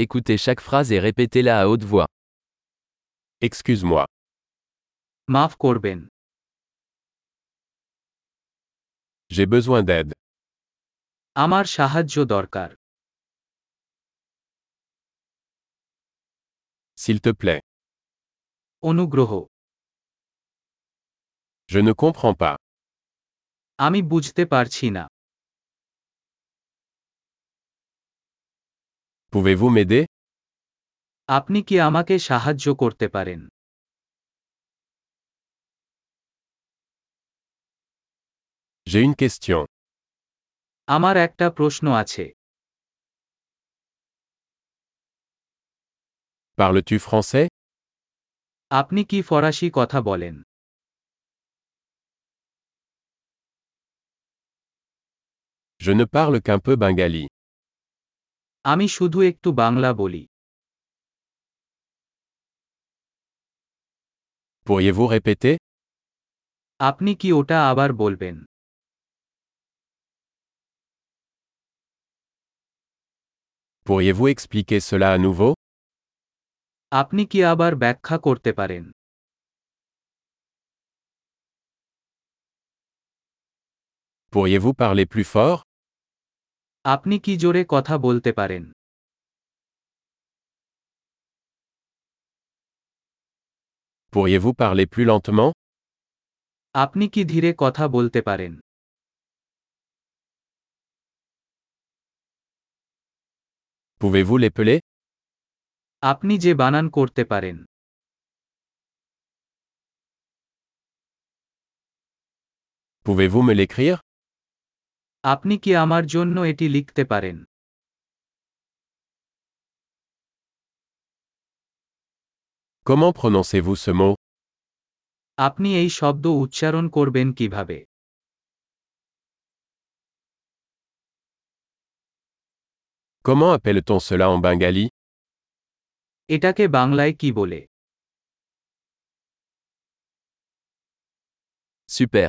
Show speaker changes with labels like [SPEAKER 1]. [SPEAKER 1] Écoutez chaque phrase et répétez-la à haute voix.
[SPEAKER 2] Excuse-moi.
[SPEAKER 3] মাফ করবেন
[SPEAKER 2] J'ai besoin d'aide.
[SPEAKER 3] আমার সাহায্য দরকার
[SPEAKER 2] S'il te plaît.
[SPEAKER 3] অনুগ্রহ
[SPEAKER 2] Je ne comprends pas.
[SPEAKER 3] আমি বুঝতে পারছি না
[SPEAKER 2] Pouvez-vous m'aider
[SPEAKER 3] আপনি কি আমাকে সাহায্য করতে পারেন
[SPEAKER 2] J'ai une question.
[SPEAKER 3] আমার একটা প্রশ্ন আছে
[SPEAKER 2] Parles-tu français
[SPEAKER 3] আপনি কি ফরাসি কথা বলেন
[SPEAKER 2] Je ne parle qu'un peu bengali.
[SPEAKER 3] আমি শুধু একটু বাংলা বলি
[SPEAKER 2] Pourriez-vous répéter
[SPEAKER 3] আপনি কি ওটা আবার বলবেন
[SPEAKER 2] Pourriez-vous expliquer cela à nouveau
[SPEAKER 3] আপনি কি আবার ব্যাখ্যা করতে পারেন
[SPEAKER 2] Pourriez-vous parler plus fort
[SPEAKER 3] আপনি কি জোরে কথা বলতে পারেন
[SPEAKER 2] Pourriez-vous parler plus lentement
[SPEAKER 3] আপনি কি ধীরে কথা বলতে পারেন
[SPEAKER 2] Pouvez-vous l'épeler
[SPEAKER 3] আপনি যে বানান করতে পারেন
[SPEAKER 2] Pouvez-vous me l'écrire
[SPEAKER 3] আপনি কি আমার জন্য এটি লিখতে পারেন
[SPEAKER 2] Comment prononcez-vous ce mot
[SPEAKER 3] আপনি এই শব্দ উচ্চারণ করবেন কিভাবে
[SPEAKER 2] Comment appelle-t-on cela en bengali
[SPEAKER 3] এটাকে বাংলায় কি বলে
[SPEAKER 1] Super.